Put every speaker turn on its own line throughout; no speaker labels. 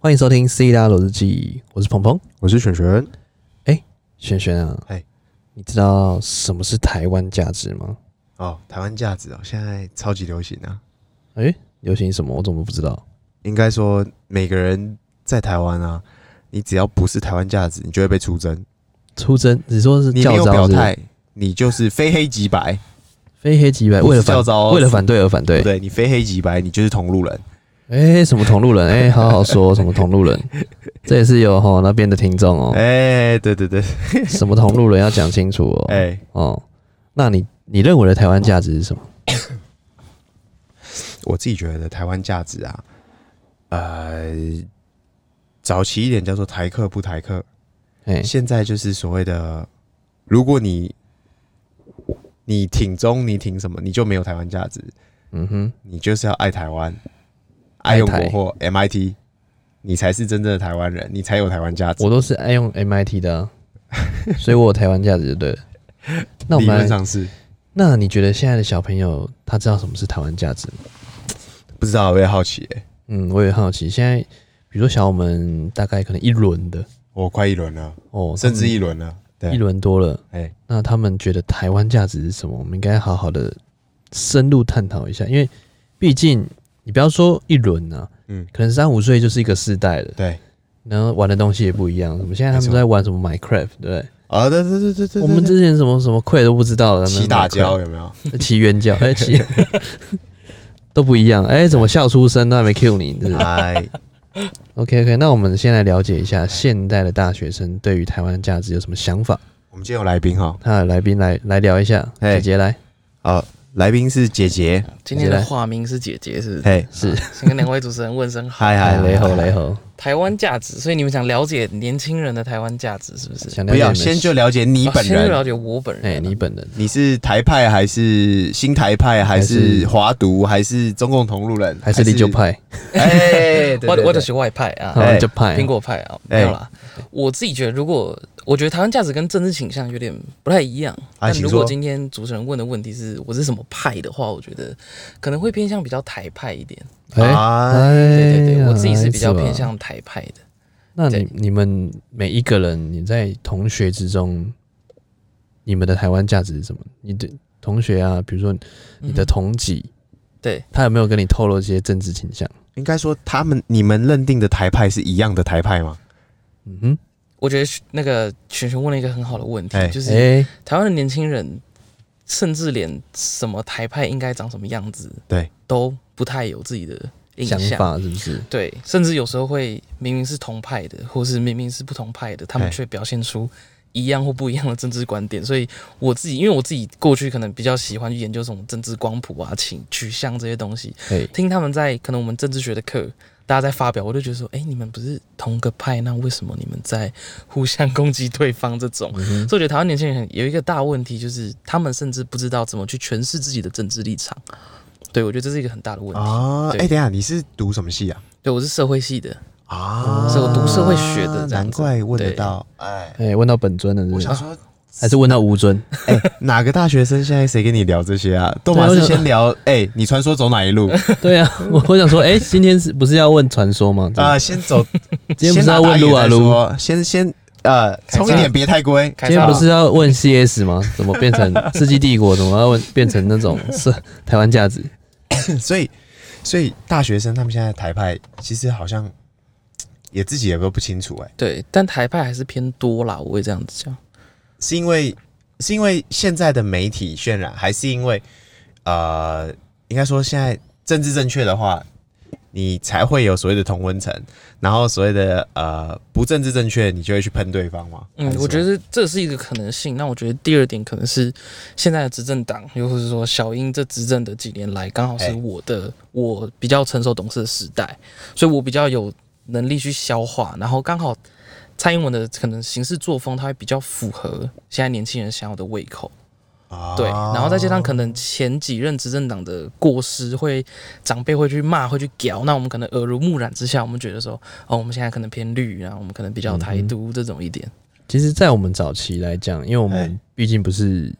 欢迎收听《C 大罗日记》，我是鹏鹏
我是璇璇，
璇璇啊。
嗨
你知道什么是台湾价值吗？
哦，台湾价值哦，现在超级流行啊。
哎、流行什么？我怎么不知道？
应该说，每个人在台湾啊，你只要不是台湾价值，你就会被出征。
出征，你说是
你
教
没有
招
表
是不是
态，你就是非黑即白，
非黑即白，
不
为
是
了反
教招哦
为了反对而反
对
对
不。对？你非黑即白，你就是同路人。
哎、什么同路人？哎、好好 说，什么同路人？这也是有吼那边的听众哦、
哎、对对对，
什么同路人要讲清楚哦、
哎、
哦，那你你认为的台湾价值是什么？
我自己觉得台湾价值啊，呃，早期一点叫做台客不台客，
哎、
现在就是所谓的，如果你你挺中，你挺什么，你就没有台湾价值。
嗯哼，
你就是要爱台湾，
爱
爱用
台
国货 MIT，你才是真正的台湾人，你才有台湾价值。
我都是爱用 MIT 的、啊，所以我有台湾价值就对了。那我
理
们来
论上是
那你觉得现在的小朋友他知道什么是台湾价值吗？
不知道，我也好奇、欸，
嗯，我也好奇，现在比如说小我们大概可能一轮的
我快一轮了，
哦，
甚至
他们
一轮了，对，
一，轮多了，
哎，
那他们觉得台湾价值是什么？我们应该好好的深入探讨一下，因为毕竟你不要说一轮啊，
嗯，
可能三五岁就是一个世代了，
对，
然后玩的东西也不一样。什么现在他们
没错
在玩什么 Minecraft，对不对？
啊，对对对对对，
我们
对
之前什么什么 Quake 都不知道的，
骑大胶有没有？
奇冤 教，哎、奇都不一样。哎、怎么笑出声都还没 Q 你？是不是
哎，
OK OK，那我们先来了解一下现代的大学生对于台湾的价值有什么想法。
我们今天有来宾哈，
那来宾来来聊一下，
嘿
姐姐来
啊，来宾是姐姐，
今天的
来
化名是姐姐，是不 是？
嘿，
是
先跟两位主持人问声好。
嗨
哎
嗨，
雷猴雷
猴，
猴，
台湾价值，所以你们想了解年轻人的台湾价值，是不是？
想了
不
解
要
你们
先就了解你
啊
哦
本
先了
人。
解我本
哎、
人。啊
你本人
你是台派还是新台派还
还是
是华独还是中共同路人
还是立就派，
哎，对
我
对
我
对
就是外派啊，
好
哎
就派
苹果派啊，没有啦。我自己觉得，如果我觉得台湾价值跟政治倾向有点不太一样，
哎
但
请
如果
说
今天主持人问的问题是我是什么派的话，我觉得可能会偏向比较台派一点。
哎、
啊，
对对对，我自己
哎
是比较
吧
偏向台派的。
那你
对
你们每一个人，你在同学之中，你们的台湾价值是什么？你的同学啊，比如说你
嗯
的同级，
对
他有没有跟你透露这些政治倾向？
应该说他们你们认定的台派是一样的台派吗？
嗯哼，
我觉得那个璇璇问了一个很好的问题
哎，
就是
哎、
台湾的年轻人，甚至连什么台派应该长什么样子，
对，
都不太有自己的印
想
象。
法是不 是？
对，甚至有时候会明明是同派的，或是明明是不同派的，他们
哎
却表现出一样或不一样的政治观点。所以我自己，因为我自己过去可能比较喜欢去研究这种政治光谱啊、倾取向这些东西，
哎、
听他们在可能我们政治学的课，大家在发表，我就觉得说，哎、你们不是同个派，那为什么你们在互相攻击对方这种？所以我觉得台湾年轻人有一个大问题，就是他们甚至不知道怎么去诠释自己的政治立场。对，我觉得这是一个很大的问题。
啊，
对
哎，等一下你是读什么系啊？
对我是社会系的，
啊
是我读社会学的这
难
样子
怪问得到。哎，
哎、问到本尊了是不
我
是
想？说，
还是问到吴 尊？
哎，哪个大学生现在谁跟你聊这些啊？都马
我
是
想
先聊，哎，你传说走哪一路
对啊，我我想说，哎、今天是不是要问传说吗？
啊？先 走，
今天不是
先
要问
打
撸
野
啊
再
撸，
说，先先呃，
开
冲一
战
点，别太龟。
开
今天
始
不是要问 CS 吗？怎么变成 《世纪帝国》？怎么要问变成那种是台湾价值？
所以，所以大学生他们现在的台派其实好像也自己也都不清楚，哎，
对，但台派还是偏多啦，我会这样子讲。
是因为是因为现在的媒体渲染，还是因为呃，应该说现在政治正确的话，你才会有所谓的同温层，然后所谓的呃不政治正确，你就会去喷对方嘛？还
嗯
是，什么
我觉得这是一个可能性。那我觉得第二点可能是现在的执政党，又或者说小英这执政的几年来，刚好是
哎
我的、我比较成熟懂事的时代，所以我比较有能力去消化。然后刚好蔡英文的可能行事作风，它会比较符合现在年轻人想要的胃口。
啊
对，然后再加上可能前几任执政党的过失，会长辈会去骂，会去屌，那我们可能耳濡目染之下，我们觉得说，哦，我们现在可能偏绿，然后我们可能比较台独这种一点。
其实，在我们早期来讲，因为我们
哎
毕竟不是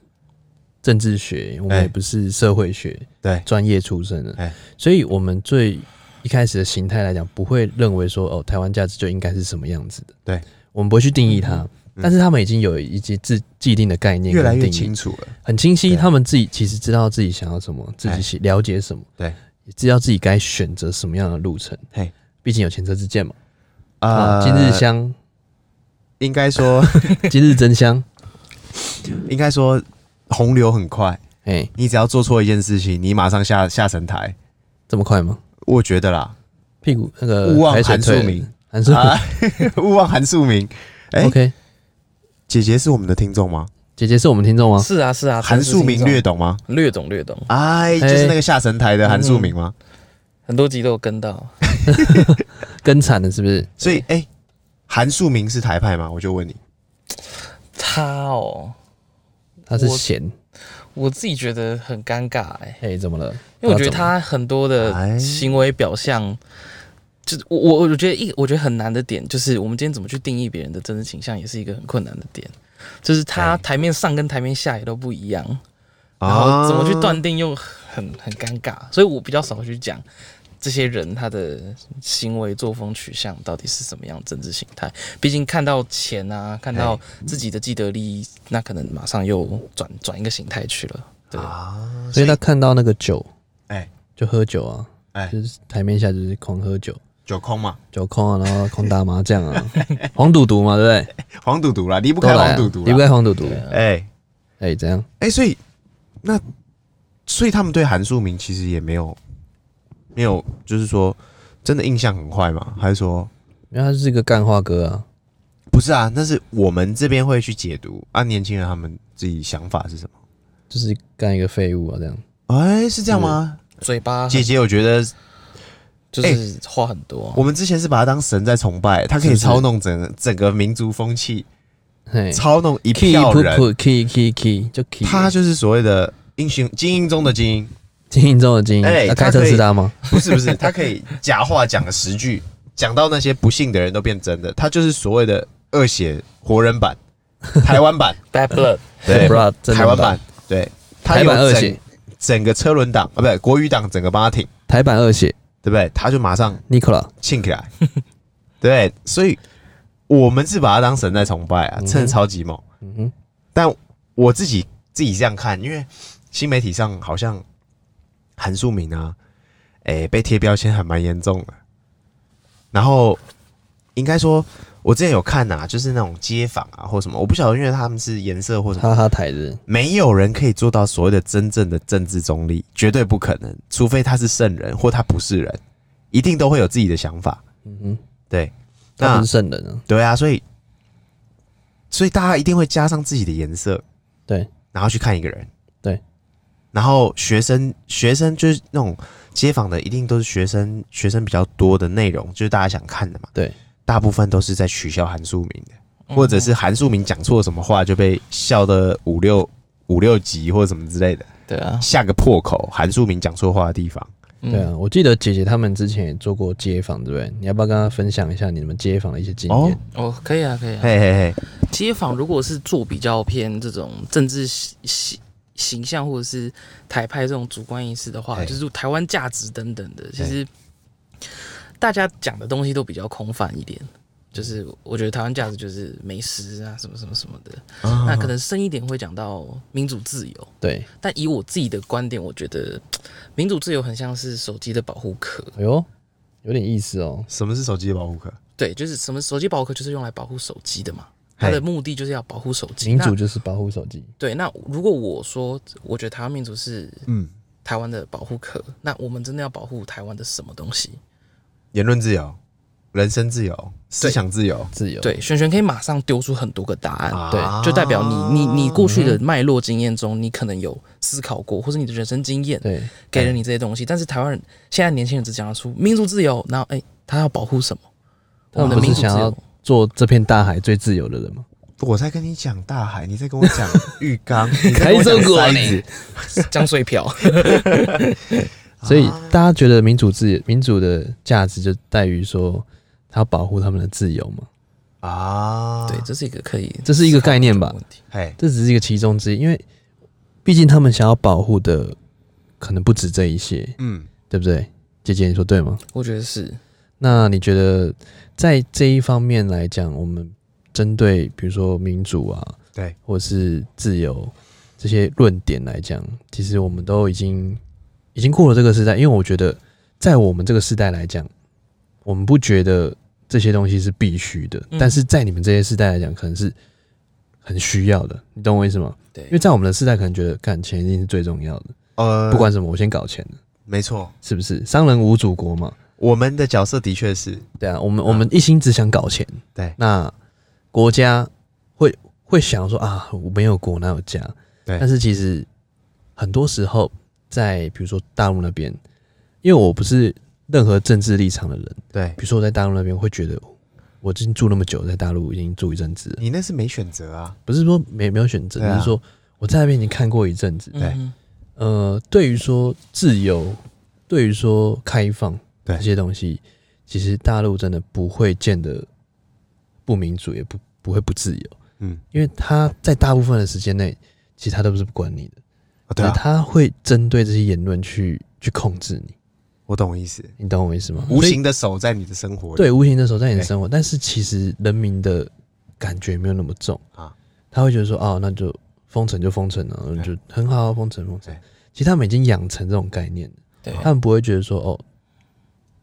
政治学，我们
哎
也不是社会学
对
专业出身的，
哎
所以我们最一一开始的形态来讲，不会认为说哦，台湾价值就应该是什么样子的。
对，嗯
我们不会去定义它，但是他们已经有一些自既定的概念
越
跟定义，
来越清楚了。
嗯
很清晰。
对
他们自己其实知道自己想要什么，自己
哎
喜了解什么，
对，
也知道自己该选择什么样的路程。
嘿，
毕竟有前车之鉴嘛。啊，
呃，
今日 香，
应该说，
今日真香。
应该说，洪流很快。
哎，
你只要做错一件事情，你马上下下神台。
这么快吗？
我觉得啦，
屁股那
勿
个呃
忘
海水
韩
退
素
了
明，
韩素
啊 勿忘韩素明。哎
OK，
姐姐是我们的听众吗？
姐姐是我们听众吗？
是啊是啊，
韩素明略
略
懂吗？
略懂略懂，
哎，就是那个下神台的韩素明
嗯
吗？
很多集都有跟到。
跟产的是不是？
所以，哎，韩素明是台派吗？我就问你，
他哦，
他是
我
咸，
我自己觉得很尴尬哎、
哎，怎么了？
因为我觉得
他
他很多
哎
的行为表象，就是我我我觉得一我觉得很难的点，就是我们今天怎么去定义别人的真实倾向，也是一个很困难的点。就是他
哎
台面上跟台面下也都不一样，然
啊
后怎么去断定又很很尴尬，所以我比较少去讲这些人他的行为作风取向到底是什么样的政治形态。毕竟看到钱啊，看到自己的既得利益，那可能马上又转转一个形态去了。对，
啊？
所以他看到那个酒，
哎
就喝酒啊，
哎
就是台面下就是狂喝酒，
酒空嘛，
酒空啊，然后狂打麻将 啊，黄赌毒嘛，对不对？
黄赌毒啦，离不
都
开
来
黄
啊，
赌毒
离不
啦。
开黄赌毒。
哎
哎，怎样？
哎，所以那所以他们对韩素明其实也没有没有，就是说真的印象很坏吗？还是说
因为他是一个干话哥啊，
不是啊？但是我们这边会去解读啊，年轻人他们自己想法是什么？
就是干一个废物啊，这样。
哎，是这样吗？
嘴
嗯
巴
姐姐，我觉得
就是话很多啊、
我们之前是把他当神在崇拜，他可
是
以
不是
操弄整个整个民族风气，
嘿
操弄一
，key
票
put
人，
put key key key 就 key，
他就是所谓的英雄精英中的精英，
精英中的精英。
哎
那
他
开车
可以
是他吗？
不是不 是，他可以假话讲个十句，讲到那些不幸的人都变真的，他就是所谓的恶血活 人版、台湾版，
bad blood
对
不知，道真的
台湾
吧
版，对，他
台
有
版二
整
血，
整个车轮党啊，不对，国语党整个帮他挺，
台版二血
对不对？他就马上
Nicola，
庆起来， 对，所以我们是把他当神在崇拜啊，真的超级猛。
嗯哼，
但我自己自己这样看，因为新媒体上好像韩素明啊，诶、被贴标签还蛮严重的。然后应该说，我之前有看啊，就是那种街访啊或什么，我不晓得，因为他们是颜色或什么，
哈哈台日，
没有人可以做到所谓的真正的政治中立，绝对不可能，除非他是圣人或他不是人，一定都会有自己的想法。
嗯哼，
对，
他
那
不是圣人啊，
对啊，所以所以大家一定会加上自己的颜色，
对，
然后去看一个人，
对，
然后学生学生就是那种街访的，一定都是学生学生比较多的内容，就是大家想看的嘛，
对，嗯
大部分都是在取笑韩素明的，或者是韩素明讲错什么话就被笑的五六五六级或者什么之类的，
对啊，
下个破口，韩素明讲错话的地方，
嗯
对啊，我记得姐姐他们之前也做过街访，对不对？你要不要跟她分享一下你们街访的一些经验？
哦
哦，可以啊，可以
嗯
啊。
嘿嘿嘿，
街访如果是做比较偏这种政治形形形象或者是台派这种主观意识的话，
哎
就是台湾价值等等的，其
哎
实大家讲的东西都比较空泛一点。就是我觉得台湾价值就是美食啊，什么什么什么的。
啊
那可能深一点会讲到民主自由，
对，
但以我自己的观点，我觉得民主自由很像是手机的保护壳。
哎呦，有点意思哦。
什么是手机的保护壳？
对，就是什么手机保护壳就是用来保护手机的嘛，它
嘿
的目的就是要保护手机。
民主
那
就是保护手机，
对，那如果我说，我觉得台湾民主是
嗯，
台湾的保护壳，那我们真的要保护台湾的什么东西？
言论自由、人身自由、思想自由。
自由。，
对，璇璇可以马上丢出很多个答案，
啊
对，就代表你你你过去的
嗯
脉络经验中，你可能有思考过，或者你的人生经验
对，
给了你这些东西。但是台湾人现在年轻人只讲得出民族自由，然后哎，他要保护什么？
他
我
们
们
不啊是
的民主自
想要
由，
做这片大海最自由的 人吗？
我在跟你讲大海，你在跟我讲浴 缸，你在
开
跟我
这
讲
果
塞
呢
子，
江 水漂。
所以大家觉得民主自由民主的价值就在于说，它保护他们的自由嘛？
啊！
对，这是一个可以，
这是一个概念吧
问题。
嘿，
这只是一个其中之一，因为毕竟他们想要保护的可能不止这一些，
嗯，
对不对？姐姐，你说对吗？
我觉得是，
那你觉得在这一方面来讲，我们针对比如说民主啊，
对，
或者是自由这些论点来讲，其实我们都已经已经过了这个时代，因为我觉得在我们这个时代来讲，我们不觉得这些东西是必须的，
嗯
但是在你们这些时代来讲，可能是很需要的，你懂我意思吗？
对，啊
因为在我们的时代，可能觉得干钱一定是最重要的，
呃，
不管什么，我先搞钱，
没错，
是不是？商人无祖国嘛，
我们的角色的确是
对啊，我们我们一心只想搞钱，
对
那国家会会想说啊，我没有国哪有家？
对
但是其实很多时候在比如说大陆那边，因为我不是任何政治立场的人，
对，
比如说我在大陆那边会觉得，我已经住那么久，在大陆已经住一阵子了，
你那是没选择啊，
不是说没没有选择，
对啊
只是说我在那边已经看过一阵子。
嗯
对
哼
呃，对于说自由，对于说开放
对
这些东西，其实大陆真的不会见得不民主，也不不会不自由，
嗯，
因为他在大部分的时间内，其实他都不是不管你的，
哦对啊，
他会针对这些言论去去控制你，
我懂意思，
你懂我意思吗？
无
所以
形的手在你的哎生活里，
对无形的手在你的
对
生活，但是其实人民的感觉没有那么重
啊，
他会觉得说哦，那就封城就封城了、啊，就很好啊，封城封城
对。
其实他们已经养成这种概念了。
对，
他们不会觉得说哦，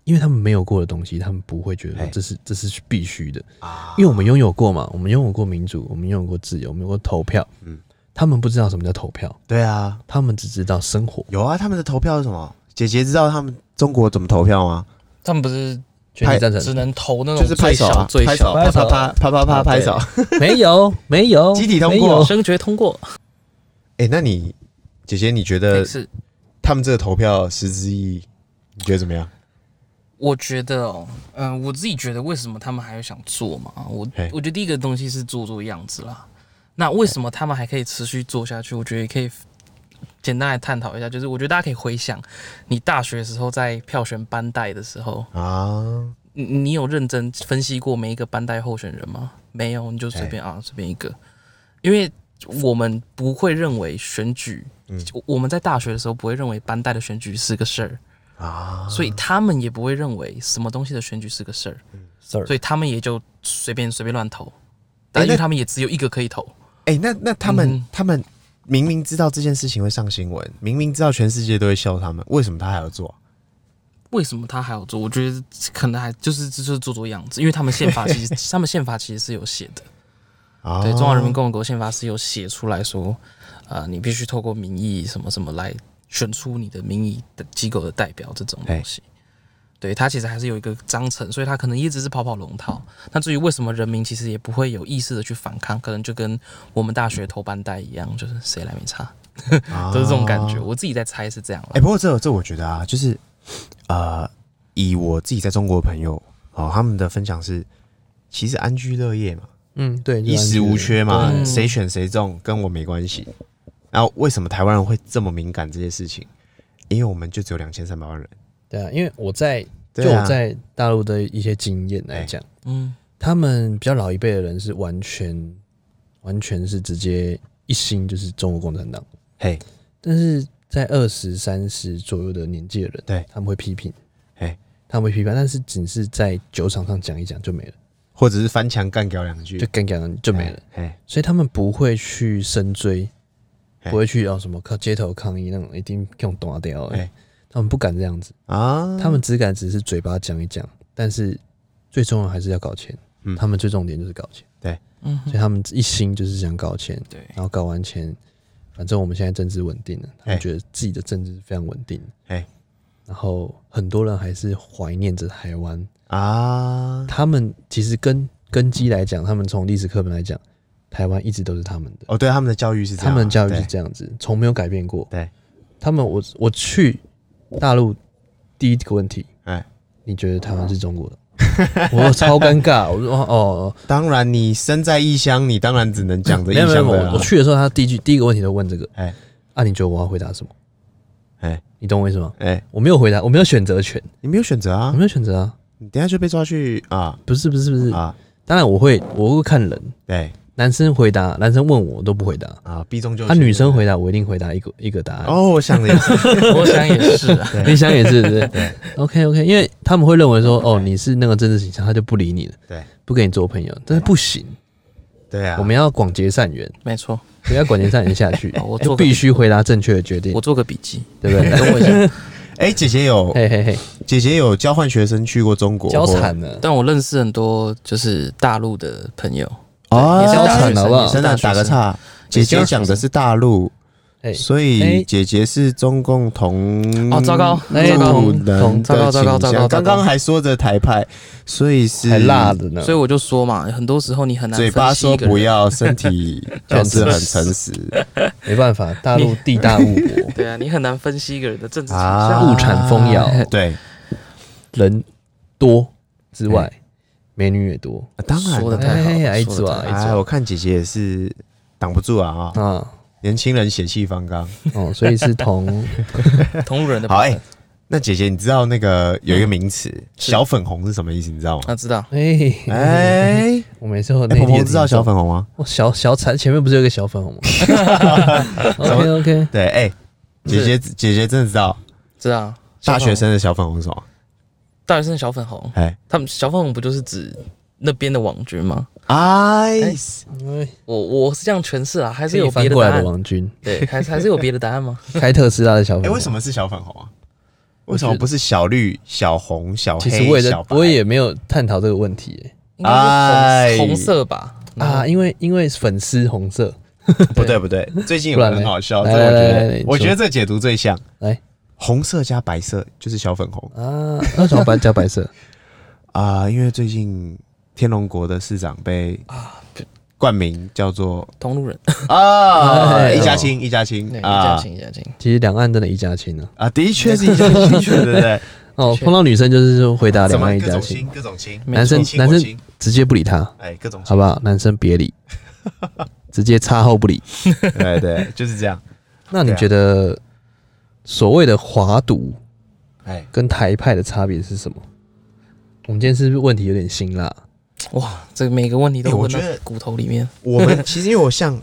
因为他们没有过的东西，他们不会觉得说
哎
这是这是必须的，
啊
因为我们拥有过嘛，我们拥有过民主，我们拥有过自由，我们有过投票，
嗯
他们不知道什么叫投票，
对啊，
他们只知道生活，
有啊，他们的投票是什么？姐姐知道他们中国怎么投票吗？
他们不是
全体赞
只
成，
能投那
就是
种
拍
最
手
小
啊，
嗯最
拍手，
小
啪啪啪啪啪啪拍手。
没有没有
集体通
没
过
有
升决通过，
哎，那你姐姐，你觉
对
得
是
他们这个投票实质意义，你觉得怎么样？
我觉得哦，嗯、我自己觉得为什么他们还要想做嘛？我
嘿
我觉得第一个东西是做做样子啦。那为什么他们还可以持续做下去？我觉得也可以简单来探讨一下，就是我觉得大家可以回想你大学时候在票选班代的时候，
啊，
你你有认真分析过每一个班代候选人吗？没有，你就随便啊，随便一个。因为我们不会认为选举，
嗯
我我们在大学的时候不会认为班代的选举是个事儿
啊
所以他们也不会认为什么东西的选举是个事儿，
，sorry，
所以他们也就随便随便乱投，但因
那
为他们也只有一个可以投，
哎、那那他们、
嗯
他们明明知道这件事情会上新闻，明明知道全世界都会笑他们，为什么他还要做？
为什么他还要做？我觉得可能还就是就是做做样子，因为他们宪法 其实他们宪法其实是有写的，
啊
对，《中华人民共和国宪法》是有写出来说，呃，你必须透过民意什么什么来选出你的民意的机构的代表这种东西。对，它其实还是有一个章程，所以它可能一直是跑跑龙套。那至于为什么人民其实也不会有意识的去反抗，可能就跟我们大学投班代一样，就是谁来没差，
啊
都是这种感觉。我自己在猜是这样
哎、
了。
不过这这我觉得啊，就是呃，以我自己在中国的朋友哦，他们的分享是，其实安居乐业嘛，
嗯，对，
衣食无缺嘛
对，
谁选谁中跟我没关系。然后为什么台湾人会这么敏感这些事情？因为我们就只有两千三百万人，
对啊，因为我在就
对啊哎
我在大陆的一些经验来讲，
嗯，
他们比较老一辈的人是完全完全是直接一心就是中国共产党。
嘿，
但是在二十三十左右的年纪的人，
对
他们会批评，
嘿，
他们会批判，但是只是在酒场上讲一讲就没了，
或者是翻墙干掉两句
就干干了就没了，，
嘿，
所以他们不会去深追，
嘿
不会去哦什么靠街头抗议那种，一定用打掉
嘿
的，他们不敢这样子，
啊，
他们只敢只是嘴巴讲一讲，但是最重要还是要搞钱，
嗯
他们最重点就是搞钱，
嗯
所以他们一心就是想搞钱，
嗯
对，
然后搞完钱，反正我们现在政治稳定了，他们
哎
觉得自己的政治是非常稳定的。
哎
然后很多人还是怀念着台湾，
啊，
他们其实根根基来讲，他们从历史课本来讲，台湾一直都是他们的，
哦，对，他们的教育是这样
他
啊，
们的教育是
对
这样子，从没有改变过。
对，
他们我我去大陆第一个问题，
哎，
你觉得台湾是中国的？ 我超尴尬，我说哦哦，哦
当然你身在异乡，你当然只能讲着异
没有没有，
乡
没有
的
我
啦
我。去的时候，他第一句第一个问题都问这个，
啊哎
啊，你觉得我要回答什么？
哎
你懂我意思吗？
哎，
我没有回答，我没有选择权，
你没有选择
我
啊
没，有选择啊，
你等一下就被抓去啊
不是不是不是，
啊，
当然我会我会看人，
对，
男生回答，男生问我我都不回答，
啊，避重就
他、女生回答我一定回答一个一个答案。
哦，我想的 也是，
我想也是 啊，
你想也是，对不对？OK OK，因为他们会认为说，哦，你是那个政治倾向，他就不理你了，
对，
不跟你做朋友，但是不行，
对啊，
我们要广结善缘，
没错，
不要广结善缘下去
好我，做
就
个
必须回答正确的决定
我，做个笔记，
对不对？
等我一下。
哎、姐姐有
嘿嘿嘿，
姐姐有交换学生去过中国，
交惨了，
但我认识很多就是大陆的朋友，
哦，
也是
交惨了好不好
真的打个岔，姐姐讲的是大陆，
哎，
所
哎
以姐姐是中共同
哦糟糕
哎
糟糕
同
同
的
糟糕糟糕糟
倾
糕
向刚
糟糕
刚还说着台派，所以是
还辣的呢
所以，我就说嘛，很多时候你很难
嘴巴
分析
说
一个人
不，要，身 体就是很诚实
没办法，大陆地大物博，
对啊，你很难分析一个人的政治倾
啊
向。
物产丰饶，
对，
人多之外，美女也多，
当然
说的
当
太
然
好
哎
了，
哎
说得太好
哎
哎，我看姐姐也是挡不住啊啊、
嗯
啊，
年轻人血气方刚。
哦，所以是同
同路人的
好哎、
部分
那姐姐你知道那个有一个名词、小粉红是什么意思？你知道吗？
啊，知道
哎，
哎、
我们也是有
哎，
内
鹏
地
鹏
的
知道小
听众
粉红吗？
哦，小小产前面不是有一个小粉红吗 ？OK OK，
对，哎、姐姐姐姐真的知道
知道。
大学
小粉红，
生的小粉红是什么？
大学生的小粉红，
哎
他们小粉红不就是指那边的网军吗？
哎，
哎
我我是这样诠释啊，还是
可以
有
翻
别的
过
答
来的
案？
王军，
对，还是还是有别的答案吗？
开特斯拉的小粉
哎，
红，
为什？么是小粉红啊？
嗯我
为
觉
什
得
么不是小绿、小红、小
其
黑、
实我
哎
也
小
在
白？
我也没有探讨这个问题
应该
哎
是红红色吧？
哎啊，
啊，
因为因为粉丝红色，
不对不对，最近
不
有个
然
很
嘞
好笑，这
来
个我
来
觉
来来
得
你
我觉
说
得这解读最像，
来
红色加白色就是小粉红
啊，为什么白加白色？
啊，因为最近天龙国的市长被
啊
冠名叫做
同路人，
啊
哎
一家
哦
亲一家亲
对，一家
啊
亲一家亲，
其实两岸真的一家亲啊。
啊，的确是一家亲，的确对 不对？
哦，
确
碰到女生就是说回答
怎
两
么
岸一
各
家
种
亲
亲，各种亲，
没
男
错
生
你亲
男
我
生
亲
直接不理他，
哎，各种亲
好不好？男生别 理，直接插后不理。
对对，就是这样，
那你
对啊
觉得所谓的华独
哎，
跟台派的差别是什么？我们今天是不是问题有点辛辣？
哇，这每个问题都
哎我
问到
觉得
骨头里面。
我们 其实因为我像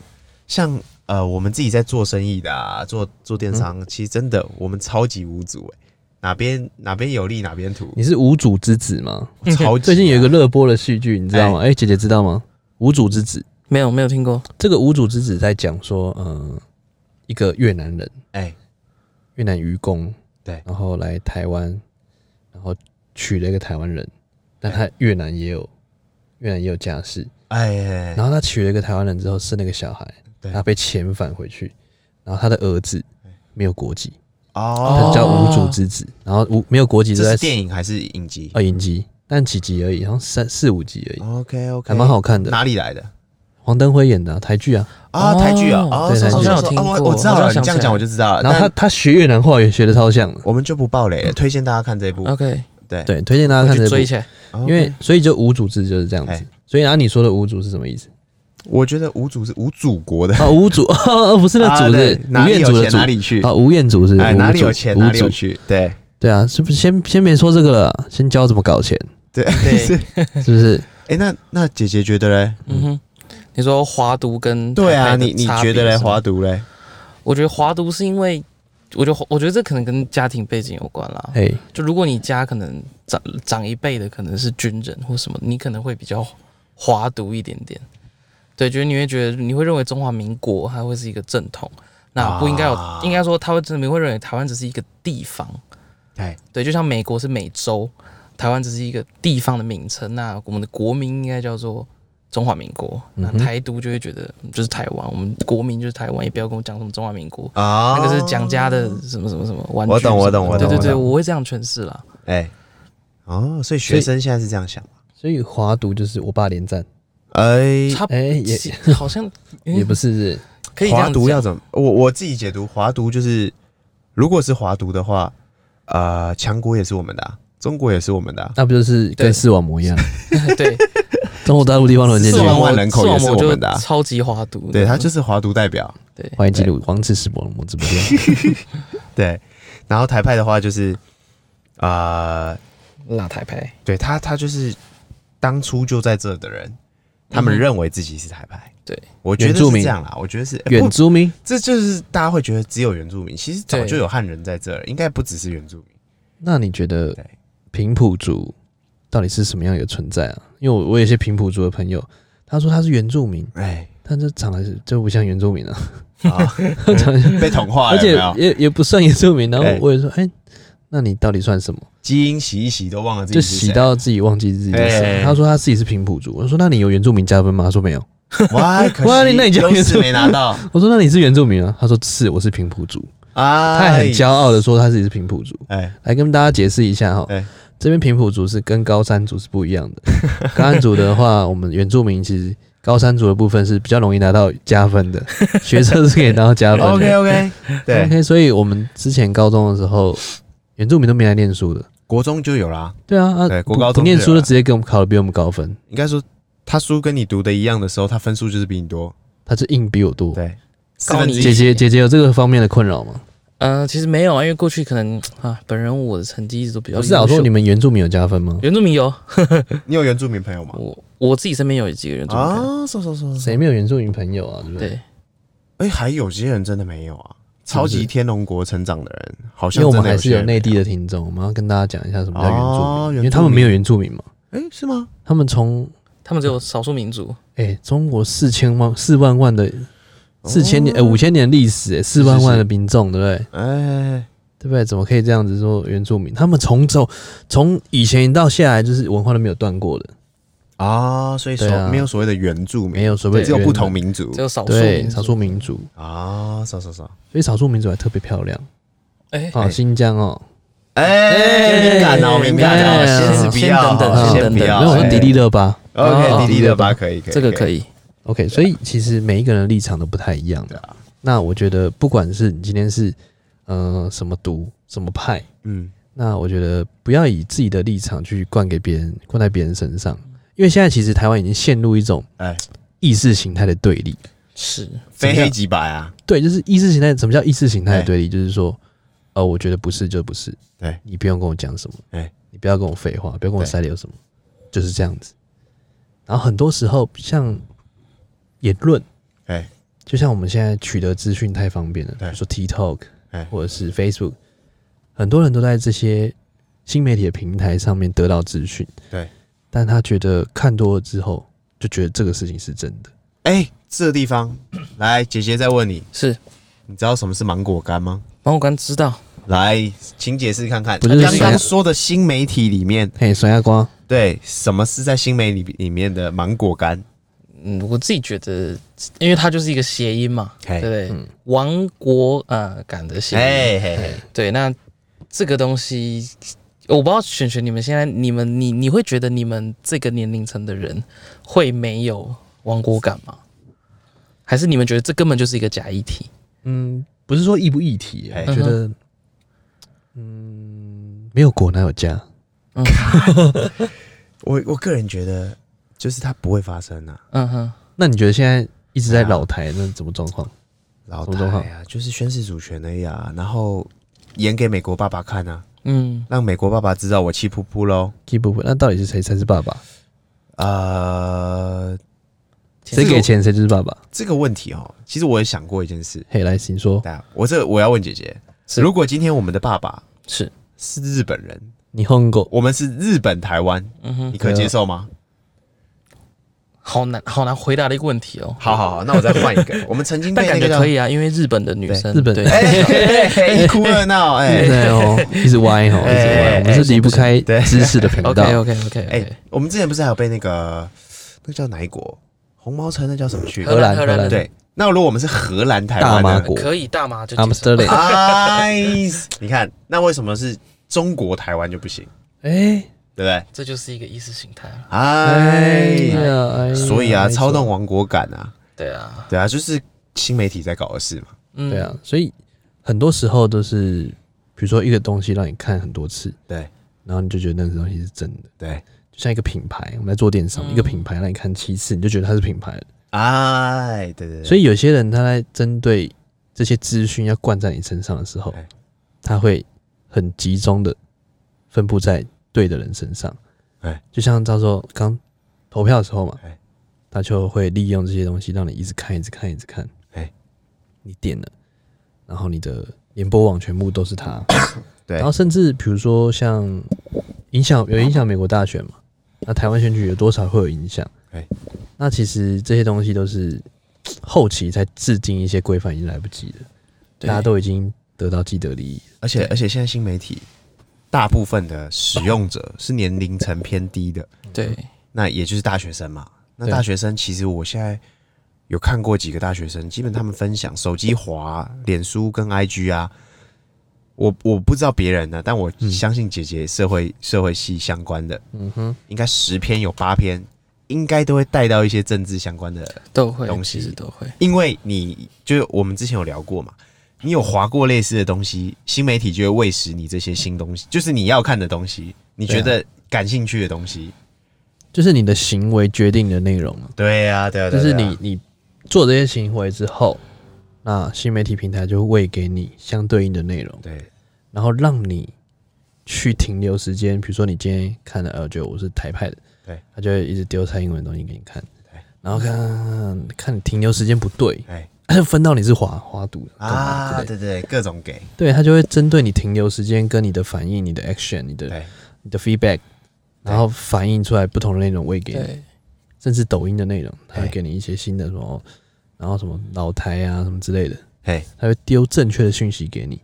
像呃，我们自己在做生意的、啊，做做电商，
嗯
其实真的我们超级无主哎、哪边哪边有利哪边图，
你是无主之子吗？
超
嗯
级、啊
最近有一个热播的戏剧，你知道吗？哎、姐姐知道吗？无主之子，
没有没有听过，
这个无主之子在讲说，嗯、一个越南人，
哎
越南渔工，
对
然后来台湾，然后娶了一个台湾人，但他越南也有越南也有家室，
哎
然后他娶了一个台湾人之后生了个小孩，
对
他被遣返回去，然后他的儿子没有国籍，
哦，
他叫无主之子，然后无没有国籍就
这
在
是电影还是影集、
二影集，但几集而已，好像三四五集而已，
o k OK，
呃还蛮好看的。
哪里来的
黄登辉演的啊、台剧啊，
啊？
哦
台剧啊，哦，
对
是是
台剧
是
好
像有
是哦
听
我
过
我知道
好像
了，你
想
这样
起来
讲我就知道了。
然后他
啊
嗯
但
他学越南话也学的超像的，
我们就不爆雷了，推荐大家看这一部。哦
OK，
对，
对，推荐大家
我
看这
去
部
追，起来。
OK
啊因为所以就无主制就是这样子
哎。
所以然后啊你说的无主是什么意思？
我觉得无主是无祖国的，
啊，无主 不是那
啊
主
对
是
哪
吴
里
彦
有
祖的
钱
主
哪里去
啊，吴彦祖是
哎，哪里
吴
有
主
钱
吴
哪里有
主
去，对
对啊，是不是先先别说这个了，先教怎么搞 钱，
对
对
是
是不是？
哎、那那姐姐觉得嘞？
嗯哼，你说华都跟
对啊，
台派的
你你
差别
觉得嘞？
是吗
华独嘞？
我觉得华都是因为，我觉得我觉得这可能跟家庭背景有关啦。
哎，
就如果你家可能长长一辈的可能是军人或什么，你可能会比较华独一点点。对，就是你会觉得你会认为中华民国它会是一个正统，那不应该有，
啊
应该说他会证明会认为台湾只是一个地方。
哎，
对，就像美国是美洲，台湾只是一个地方的名称，那我们的国民应该叫做中华民国。那
嗯哼
台独就会觉得嗯就是台湾，我们国民就是台湾，也不要跟我讲什么中华民国，
啊
那个是蒋家
哦
的什么什么什么玩具
我懂我
什么的
懂我
对
懂
对对，
我懂
我会这样诠释啦。
哎、哦，所以学生现在是这样想，
所以华独就是我爸连战，
哎、
他
哎也
好像
嗯
也不是是
可以这
哎华
样
独要怎
讲，
么？我我自己解读，华独就是，如果是华独的话，呃，强国也是我们的、啊，中国也是我们的、啊，
那不就是跟
对
视网膜一样，
对，
中国大陆地方轮奸
视
局
网
网
膜万
膜
人口
视
也
网
是
膜
我
就
们的啊
超级华独，
对他就是华独代表，
对
欢迎进入王志史博龙 直播间。
对。然后台派的话就是，呃，
辣台派，
对他他就是当初就在这的人，他们认为自己是台派。
对，
我觉得
原住
是
民
这样啦。我觉得是哎
远
不
租民，
这就是大家会觉得只有原住民，其实早
对
就有汉人在这儿，应该不只是原住民。
那你觉得
对
平埔族到底是什么样一个存在啊？因为我我有一些平埔族的朋友，他说他是原住民，
哎，
但这长得是就不像原住民啊，
啊，
长得像
被同
而
化了，啊有
且
没有？
也也不算原住民。然后
哎
我也说，哎、那你到底算什么？
基因洗一洗都忘了自己
就是
谁
洗到自己忘记自己是谁。
哎
他说他自己是平埔族，我说那你有原住民加分吗？他说没有。
哇，可
哇
惜
那你讲
优
原
势
住
没拿 到
我说那你是原住民啊？他说是，我是平埔族。
啊，
他还很骄傲的说他自己是平埔族。
哎，
来跟大家解释一下哈
哎，
这边平埔族是跟高山族是不一样的。 高山族的话，我们原住民其实高山族的部分是比较容易拿到加分 的，学车是可以拿到加分的。
OK OK，对，
OK，所以我们之前高中的时候，原住民都没来念书的。
国中就有啦。
对啊，啊，
对
不
国高中
不念
就
书
有
就
了
直接给我们考的比我们高分，
应该说他书跟你读的一样的时候，他分数就是比你多，
他是硬比我多。
对，四
高
分
你
之
一
姐
一。
姐姐姐有这个方面的困扰吗？
嗯，其实没有啊，因为过去可能啊，本人我的成绩一直都比较
不是啊，
优
我
秀
说你们原住民有加分吗？
原住民有，
你有原住民朋友吗？
我我自己身边有几个原住民朋友，
啊，说说说，
谁没有原住民朋友啊？对不对？
对，
哎，还有些人真的没有啊，
是不
超
是
级天龙国成长的人，好
因
像
为我
真
们
的
还是
些
有
人
内地
没有
的听众，我们要跟大家讲一下什么叫原住民，
哦
因为他们没有原住民嘛，
哎，是吗？
他们从
他们只有少数民族，
哎、中国四千万四万万的四千年哎五千年历史、哎四万
哦是
万
是
的民众，对不对？
哎，
对不对？怎么可以这样子说原住民？他们从走从以前到现在，就是文化都没有断过的，
啊，所以说
对啊
没有所谓的原住民，
没有所谓
对
只有
原
不同民族
只有少数
对
民
少
族。
数民族，
啊，说说说，
所以少数民族还特别漂亮
哎，
啊，
哎
新疆哦，
哎，敏感哦，敏感
哎
哦，先是不要
先等等
哦，
啊
先
先
等
不
等
要，
没有我说
哎
迪丽热巴。
哦
OK，滴滴的吧，可以，可以，
这个可
以，
以，
OK，所以其实每一个人的立场都不太一样
啊对
的。
啊，
那我觉得，不管是你今天是呃什么读什么派，
嗯，
那我觉得不要以自己的立场去灌给别人，灌在别人身上，因为现在其实台湾已经陷入一种
哎，
意识形态的对立。
是
非黑即白啊，
对，就是意识形态。什么叫意识形态的对
哎
立？就是说，呃，我觉得不是就不是，
对
你不用跟我讲什么，
哎
你不要跟我废话，不要跟我
对
塞流什么，就是这样子。然后很多时候，像言论，
哎，
就像我们现在取得资讯太方便了，比
对
如说 TikTok，
哎
或者是 Facebook，很多人都在这些新媒体的平台上面得到资讯，
对，
但他觉得看多了之后，就觉得这个事情是真的。
哎，这地方，来，姐姐再问你，
是，
你知道什么是芒果干吗？
芒果干知道，
来，请解释看看。
不就是
刚
谁啊
刚说的新媒体里面，
嘿，酸亚瓜，
对，什么是在新媒体里面的芒果干？
嗯，我自己觉得，因为它就是一个谐音嘛，
嘿
哎
对不对？
嗯
亡国呃感的谐音，
哎嘿嘿，
对，那这个东西，我不知道璇璇你们现在你们你你会觉得你们这个年龄层的人会没有亡国感吗？还是你们觉得这根本就是一个假议题？
嗯，不是说议不议题啊，
哎
我觉得，嗯，没有国哪有家，
嗯
我我个人觉得，就是它不会发生啊。
嗯哼，
那你觉得现在一直在老台，那怎么状况？
老
什么状
大
况
呀，就是宣示主权而已啊，然后演给美国爸爸看啊，
嗯，
让美国爸爸知道我气噗噗喽。
keep 不那到底是谁才是爸爸？
呃，
谁给钱谁就是爸爸？
这个问题哦，其实我也想过一件事，
嘿，来，请说，
但我这我要问姐姐，
是
如果今天我们的爸爸
是，
是日本人，
你哼过？
我们是日本台湾，
嗯哼，
你可以接受吗？
好难好难回答的一个问题哦。
好好好，那我再换一个。我们曾经
但
被
感
那
觉
个叫
可以啊，因为日本的女生，
对日本
对，
哎， 一哭二闹，哎
对哦，一直歪哦，一
哎
直歪，
哎
我们是离不开知识的频 道。
OK OK OK
哎
OK，，
我们之前不是还有被那个那个叫哪一国红毛城那叫什么去？
荷兰荷兰
的
对，那如果我们是荷兰台
嗯
湾
大麻
呢？
国
可以大麻就接受
Amsterdam，
哎，你看，那为什么是中国台湾就不行？
哎，
对不对？
这就是一个意识形态了。
哎
哎，
呀，哎呀
所以啊，
没错
操弄亡国感啊，
对啊，
对啊，就是新媒体在搞的事嘛。
嗯
对啊，，所以很多时候都是，比如说一个东西让你看很多次，
对
然后你就觉得那个东西是真的，
对，
就像一个品牌，我们在做电商，
嗯
一个品牌让你看七次，你就觉得它是品牌了。
哎，对对对，
所
以
以有些人他在针对这些资讯要灌在你身上的时候
哎，
他会很集中的分布在对的人身上
哎。
就像到时候刚投票的时候嘛
哎，
他就会利用这些东西让你一直看，一直看，一直看。
哎
你点了，然后你的联播网全部都是他，
对
然后甚至比如说像影响有影响美国大选嘛，那台湾选举有多少会有影响？
哎
那其实这些东西都是后期才制定一些规范，已经来不及了，
对
大家都已经得到既得利益。
而且
对
而且现在新媒体大部分的使用者是年龄层偏低的，
对
那也就是大学生嘛。那
对
大学生其实我现在有看过几个大学生，基本他们分享手机滑、啊脸书跟 IG 啊，我我不知道别人呢、但我相信姐姐社会社会系相关的，
嗯哼，
应该十篇有八篇应该都会带到一些政治相关的，
都会
东，西
其实都会。
因为你就是我们之前有聊过嘛。你有划过类似的东西，新媒体就会喂食你这些新东西，就是你要看的东西，你觉
啊
得感兴趣的东西。
就是你的行为决定你的内容嘛，
对呀、对呀、
就
对啊
是
对啊
你你做这些行为之后，那新媒体平台就会喂给你相对应的内容，
对
然后让你去停留时间。比如说你今天看了呃，就我是台派的，
对，
他就会一直丢蔡英文的东西给你看
对，
然后看看你停留时间不对，
哎
他就分到你是滑滑毒的干嘛之
啊，
类的
对对，对各种给，
对他就会针对你停留时间跟你的反应、你的 action、你的
对
你的 feedback，然后反映出来不同的内容喂给你。
对
甚至抖音的内容，它会
嘿
给你一些新的什么，然后什么老台啊什么之类的，
嘿，
它会丢正确的讯息给你，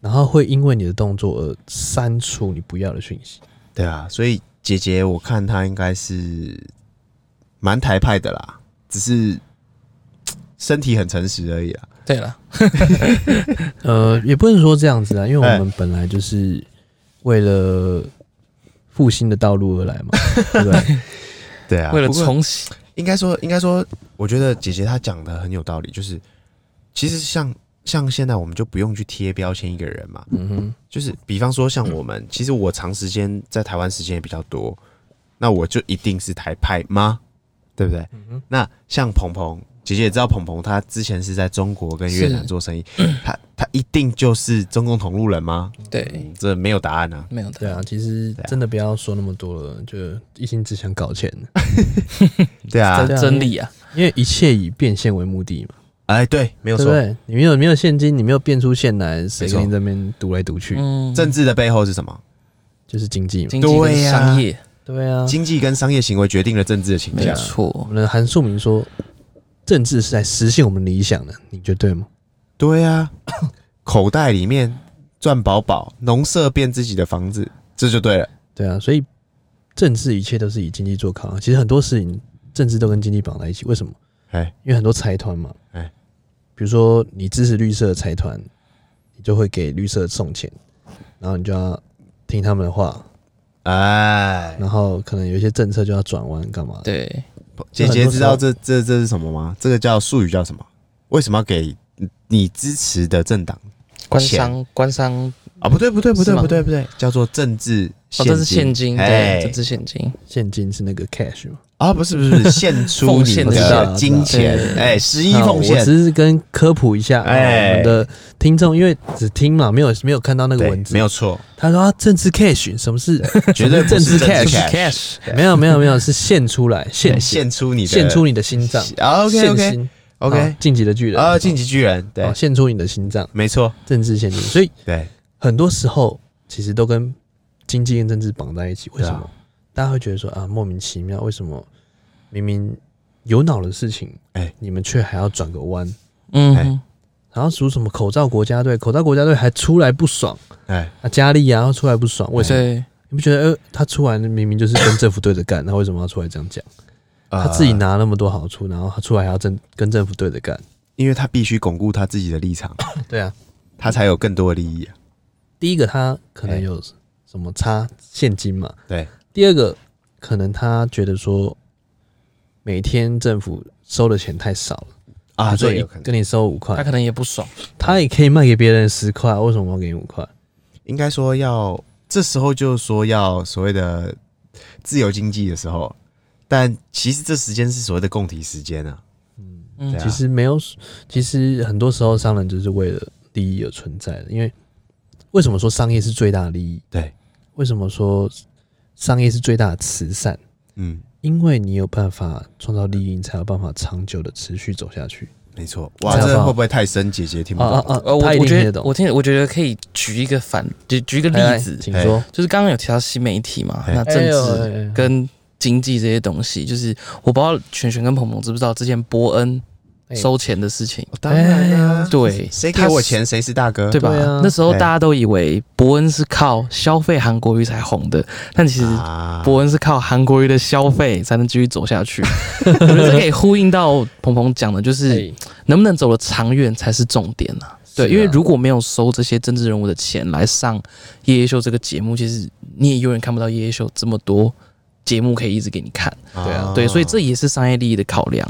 然后会因为你的动作而删除你不要的讯息。
对啊，所以姐姐我看她应该是蛮台派的啦，只是嘖身体很诚实而已啦。
对了，
呃，也不能说这样子啊，因为
哎
我们本来就是为了复兴的道路而来嘛，对不 对？
对啊
为了
不过
重启，
应该说应该说，我觉得姐姐她讲的很有道理，就是其实像像现在我们就不用去贴标签一个人嘛，
嗯哼，
就是比方说
嗯
像我们，其实我长时间在台湾时间也比较多，那我就一定是台派吗？对不对？
嗯
那像鹏鹏姐姐也知道，鹏鹏他之前是在中国跟越南
是
做生意， 他他一定就是中共同路人吗？
对，
这没有答案啊。
没有
嗯对
的，
啊，其实
对啊
真的不要说那么多了，就一心只想搞钱，
对啊
对，啊
嗯真理啊，
因为一切以变现为目的嘛，
哎，对，没有
对不
错。
对？你没有没有现金，你没有变出现来，谁
没错
跟你这边赌来赌去？
嗯，
政治的背后是什么？
就是经济嘛。
经济
对
啊
跟
呀
商业，
对啊，
经济跟商业行为决定了政治的倾
嗯没
向。
我
错，
们的韩素明说，政治是在实现我们理想的，你觉得对吗？
对啊，口袋里面赚饱饱，农舍变自己的房子，这就对了。
对啊，所以政治一切都是以经济做考量。其实很多事情政治都跟经济绑在一起，为什么？
哎，
因为很多财团嘛，
哎，
比如说你支持绿色的财团，你就会给绿色送钱，然后你就要听他们的话，
哎，
然后可能有一些政策就要转弯干嘛的。
对，
姐姐知道这这这是什么吗？这个叫术语叫什么？为什么要给你支持的政党
官
钱
商官商
啊？不对不对不
是
对
吗
不对不对，叫做政治
哦，
现金。
这是现金，
哎
对，这是现金，
现金是那个 cash 嘛？
啊，不是不是献出
奉
你
献
的
的
金钱
对对，对
哎，十一
那
奉
我
献，
只是跟科普一下，
哎
哎，我们的听众因为只听嘛，没有没有看到那个
对
文字，
没有错，
他说、啊、政治 cash 什么是？
绝对不是
政治 cash
是
cash，
cash，
没有没有没有，是献出来，献
对
血
献出你的
献出你的心脏。
啊，OK
献
OK
心哦
OK
好晋级的巨人
啊，晋级巨人，对
好，献出你的心脏，
没错，
政治献金。所以
对
很多时候其实都跟经济跟政治绑在一起。为什么？
对啊
大家会觉得说啊，莫名其妙，为什么明明有脑的事情，
哎
你们却还要转个弯？
嗯
哎
哼，
然后属什么口罩国家队？口罩国家队还出来不爽
哎，
啊，佳丽啊，出来不爽，为什么？
对，
你不觉得呃，他出来明明就是跟政府对着干，他为什么要出来这样讲？他
呃
自己，拿那么多好处，然后他出来还要政跟政府对着干。
因为他必须巩固他自己的立场，
对啊，
他才有更多的利益啊。
第一个他可
哎
能有什么差现金嘛，
对，
第二个可能他觉得说每天政府收的钱太少了
啊，
所
这
以
有可能。
跟你收五
他
块，
可能也不爽，
他也可以卖给别人十块，为什么我要给你五块？
应该说要这时候就说要所谓的自由经济的时候，但其实这时间是所谓的供体时间啊。
嗯
对，啊
其实没有，其实很多时候商人就是为了利益而存在的，因为为什么说商业是最大的利益？
对，
为什么说商业是最大的慈善？
嗯，
因为你有办法创造利益，你才有办法长久的持续走下 去。
没错，哇，
这样
这
啊
吧
会不会太深？姐姐听不
啊
懂。
啊
呃，
啊！
我
他一
我
定听
觉
得
得
懂。
我
哎
听，我觉得可以举一个反，举举一个
来来
例子，
请说。
就是刚刚有提到新媒体嘛，
哎
那政治
治
跟经济这些东西，就是我不知道璇璇跟鹏鹏知不知道之前伯恩
哎
收钱的事情，
哦当然啦，
哎对
谁给我钱谁是大哥，
对吧？
对啊
那时候
哎
大家都以为伯恩是靠消费韩国瑜才红的，但其实
啊
伯恩是靠韩国瑜的消费才能继续走 下去。我觉得这可以呼应到鹏鹏讲的，就是能不能走得长远才是重点啊。对，
哎是啊
因为如果没有收这些政治人物的钱来上《夜夜秀》这个节目，其实你也永远看不到《夜夜秀》这么多节目可以一直给你看。
对啊
对，所以这也是商业利益的考量。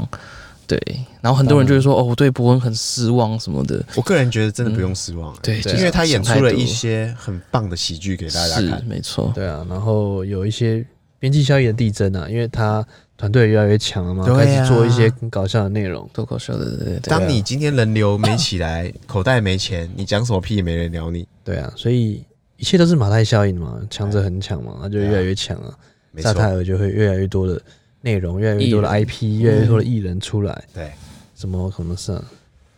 对，然后很多人就会说：“哦，我对伯恩很失望什么的。
我个人觉得真的不用失望，欸
对”
对啊
就是
因为他演
想
出
太
了
多
一些很棒的喜剧给大家
是
看，
没错，
对啊，然后有一些边际效益的递增啊，因为他团队越来越强了嘛，
对啊
开始做一些更搞笑的内容。
脱口秀的对对对。啊
当你今天人流没起来，口袋没钱，你讲什么屁也没人鸟你。
对啊，所以一切都是马太效应嘛，强者很强嘛，那就越来越强啊。
没
萨
错，
泰尔就会越来越多的内容，越来越多的
艺人
IP，越来越多的艺人出来，
嗯对
什么什么是啊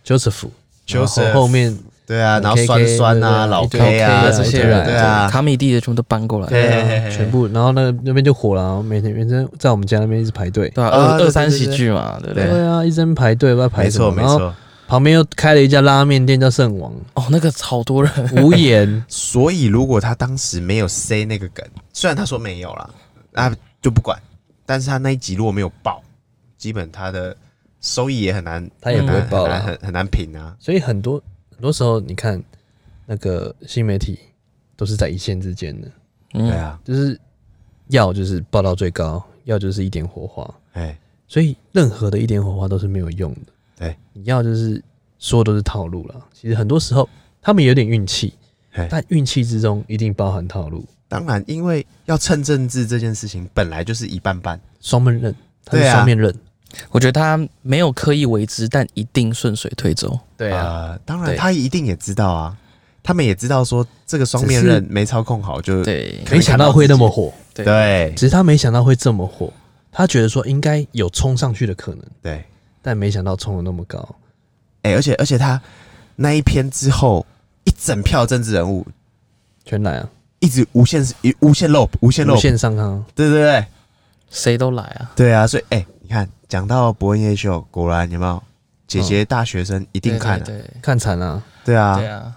Joseph，然
Joseph
后后面
对啊，
嗯
然后
KK
酸酸啊，
对
老
对对
K 啊
啊
这
这
些
些
人，
人
对啊，
卡米蒂的全部都搬过来，
对
对
对啊全部，然后那那边就火了啊，然后每天每天在我们家那边一直排队。
吧？
啊
二
对
二三
对对
喜剧嘛，对不对？
对啊，一直在那边排队，不知道排
没
什么
错。没
然后
错。。
旁边又开了一家拉面店叫圣王，
哦，那个好多人，
无言
所以如果他当时没有 say 那个梗，虽然他说没有啦，那就不管。但是他那一集如果没有爆，基本他的收益也很难，
他也
很
不会
难
爆
很
啦
难很很难评啊。
所以很多很多时候，你看那个新媒体都是在一线之间的，
对
嗯，
啊，
就是要就是报到最高，要就是一点火花。
哎，
所以任何的一点火花都是没有用的。
对，
你要就是说都是套路了。其实很多时候他们有点运气
嘿，
但运气之中一定包含套路，
当然，因为要趁政治这件事情本来就是一半半，
双面刃，它是
对啊
双面刃。
我觉得他没有刻意为之，但一定顺水推舟。
对，
呃，当然
对
他一定也知道啊，他们也知道说这个双面
只是
刃没操控好就
对，
可以
没想到会那么火，
对
对
只是他没想到会这么火，他觉得说应该有冲上去的可能，
对，
但没想到冲的那么高。
哎、而且而且他那一篇之后，一整票政治人物
全来啊，
一直无限无限 loop 无限
无
loop，
限啊上纲，
对对对
谁都来啊，
对啊，所以哎、你看讲到伯恩夜秀，果然有没有？姐姐大学生一定看、啊
嗯对对对
看惨啊，
对啊，
对啊，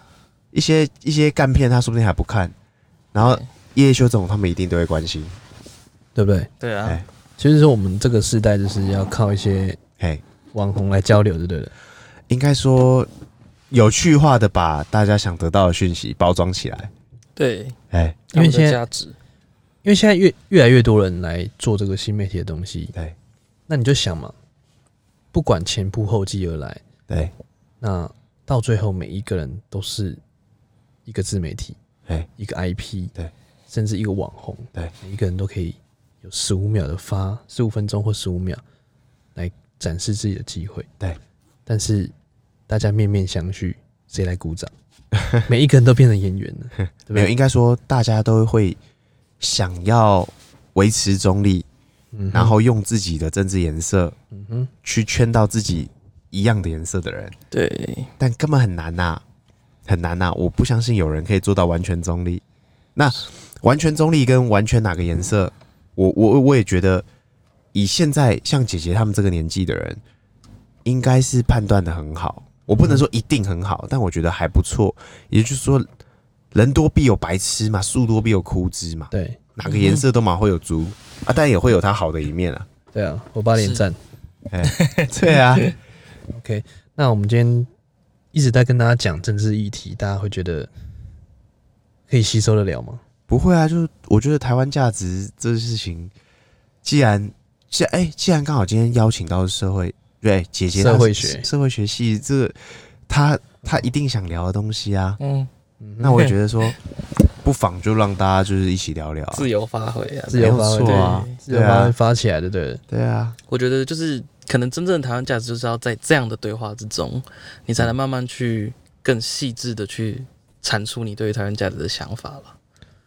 一些一些干片他说不定还不看，然后
对
夜秀这种他们一定都会关心，
对不对？
对
哎
啊，
其实说我们这个世代就是要靠一些
哎、
网红来交流，对不对了？
应该说有趣化的把大家想得到的讯息包装起来。
对，
哎、
他
因
们的
为现在
价值，
因为现在越越来越多人来做这个新媒体的东西，
对
那你就想嘛，不管前仆后继而来，
对，
那到最后每一个人都是一个自媒体，
哎
一个 IP，
对，
甚至一个网红，
对，
每一个人都可以有十五秒的发，十五分钟或十五秒来展示自己的机会，
对。
但是大家面面相觑，谁来鼓掌？ 每一个人都变成演员了，对不
没有，
对？
应该说大家都会想要维持中立，
嗯哼
然后用自己的政治颜色
嗯哼，
去圈到自己一样的颜色的人，
对，
但根本很难呐、很难呐、我不相信有人可以做到完全中立。那完全中立跟完全哪个颜色，我我我也觉得，以现在像姐姐他们这个年纪的人，应该是判断的很好。我不能说一定很好，但我觉得还不错。也就是说，人多必有白痴嘛，树多必有枯枝嘛，
对
哪个颜色都嘛会有猪啊，但也会有它好的一面啊。
对啊，我八连
是
赞。
对啊，
OK，那我们今天一直在跟大家讲政治议题，大家会觉得可以吸收得了吗？
不会啊，就是我觉得台湾价值这事情，既然既哎、既然刚好今天邀请到社会对姐姐她
社会
是
学
社会学系这个，她她一定想聊的东西啊。
嗯，
那我也觉得说，不妨就让大家就是一起聊聊、啊，
自由发挥啊，
自由发挥
没有错啊
对，
自由发挥发起来的，对了
对啊，
我觉得就是可能真正的台湾价值就是要在这样的对话之中，你才能慢慢去更细致的去阐述你对于台湾价值的想法了。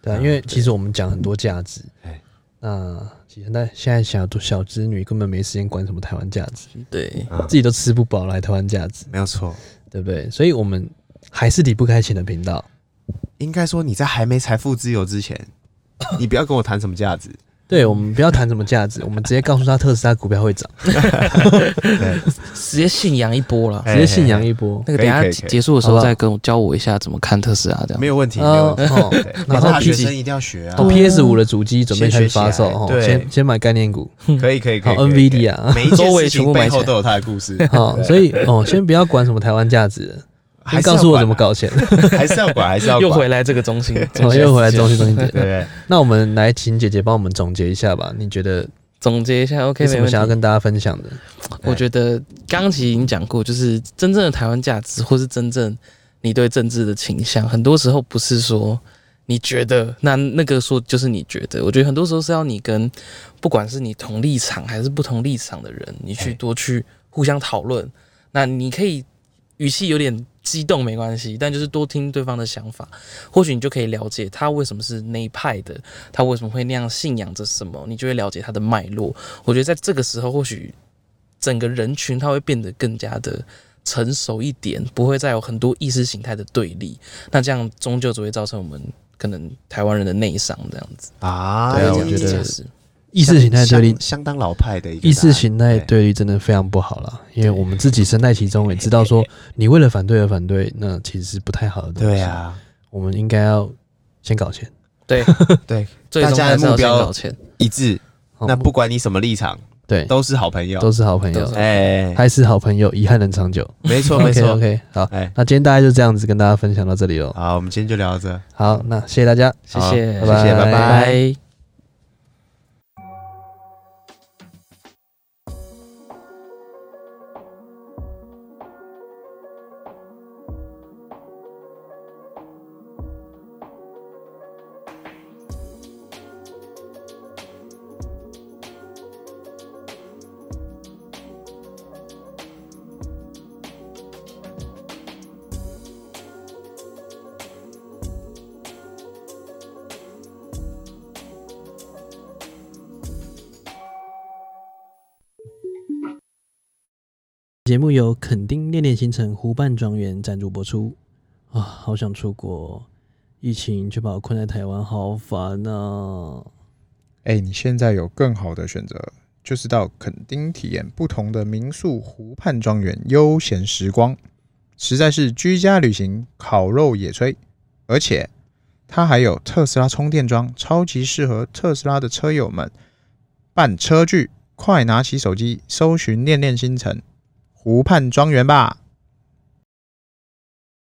对啊，因为其实我们讲很多价值
哎，
那其实那现在小小织女根本没时间管什么台湾价值，
对，
啊
自己都吃不饱了，还台湾价值，
没有错。
对不对？所以我们还是离不开钱的频道。
应该说你在还没财富自由 之前，你不要跟我谈什么价值。
对，我们不要谈什么价值，我们直接告诉他特斯拉股票会涨，
直接信仰一波了。
哎
直接信仰一波。
那个等一
可以可以
下
可以
结束的时
好不
候
好
再跟我教我一下怎么看特斯拉这样。
没有问题，没有
哦
问题。
哦
对，
然
然
后
后大学
P-
生一定要学啊
哦。，PS 五的主机准备开始发售
先学起来
哦，
对
先先买概念股，
可以可以可
好
以可以可以
，NVIDIA
每一件
周围
事
全
情
部买
背后
起来
都有它的故 事。
哦，所以哦，先不要管什么台湾价值，
还
先
是要
告诉我
管
怎么
啊，
搞 钱，
还是要管，还是要
又
管。
回来这个中心，
怎哦么又回来中心中心点？
对不对，
那我们来请姐姐帮我们总结一下吧，你觉得
总结一下，OK，
有什
没
么
问题
想要。跟大家分享的？
我觉得刚刚其实已经讲过，就是真正的台湾价值，或是真正你对政治的倾向，很多时候不是说你觉得那那个说就是你觉得，我觉得很多时候是要你跟不管是你同立场还是不同立场的人，你去
哎
多去互相讨论。那你可以语气有点激动没关系，但就是多听对方的想法，或许你就可以了解他为什么是那一派的，他为什么会那样信仰着什么，你就会了解他的脉络。我觉得在这个时候，或许整个人群他会变得更加的成熟一点，不会再有很多意识形态的对立。那这样终究只会造成我们可能台湾人的内伤这样子。
啊，
对啊
这
我
样
觉
子
得
讲
是
意识形态对立
相，相当老派的一个
意识
答案
形态对立真的非常不好啦，因为我们自己身在其中也知道说，你为了反对而反对，那其实是不太好的东西。
对，啊，
我们应该要先搞钱。
对
对，
最终还是要
大
先
家的目标
道歉。
一致。
哦
那不管你什么立场，
对，
都是好朋友。
都是好朋
都
友
是，
哎，
还是好朋友，遗憾能长久。
没错没
OK
错。
OK，好，
哎，
那今天大概就这样子跟大家分享到这里喽。
好，我们今天就聊到这。
好，那谢谢大家。
谢谢，
好拜拜谢谢拜拜
拜
节目由垦丁恋恋行程湖畔庄园赞助播出。啊，好想出国哦，疫情却把我困在台湾，好烦啊！
哎，你现在有更好的选择，就是到垦丁体验不同的民宿、湖畔庄园悠闲时光，实在是居家旅行，烤肉野炊，而且它还有特斯拉充电桩，超级适合特斯拉的车友们办车聚。快拿起手机，搜寻“恋恋星辰湖畔庄园”吧。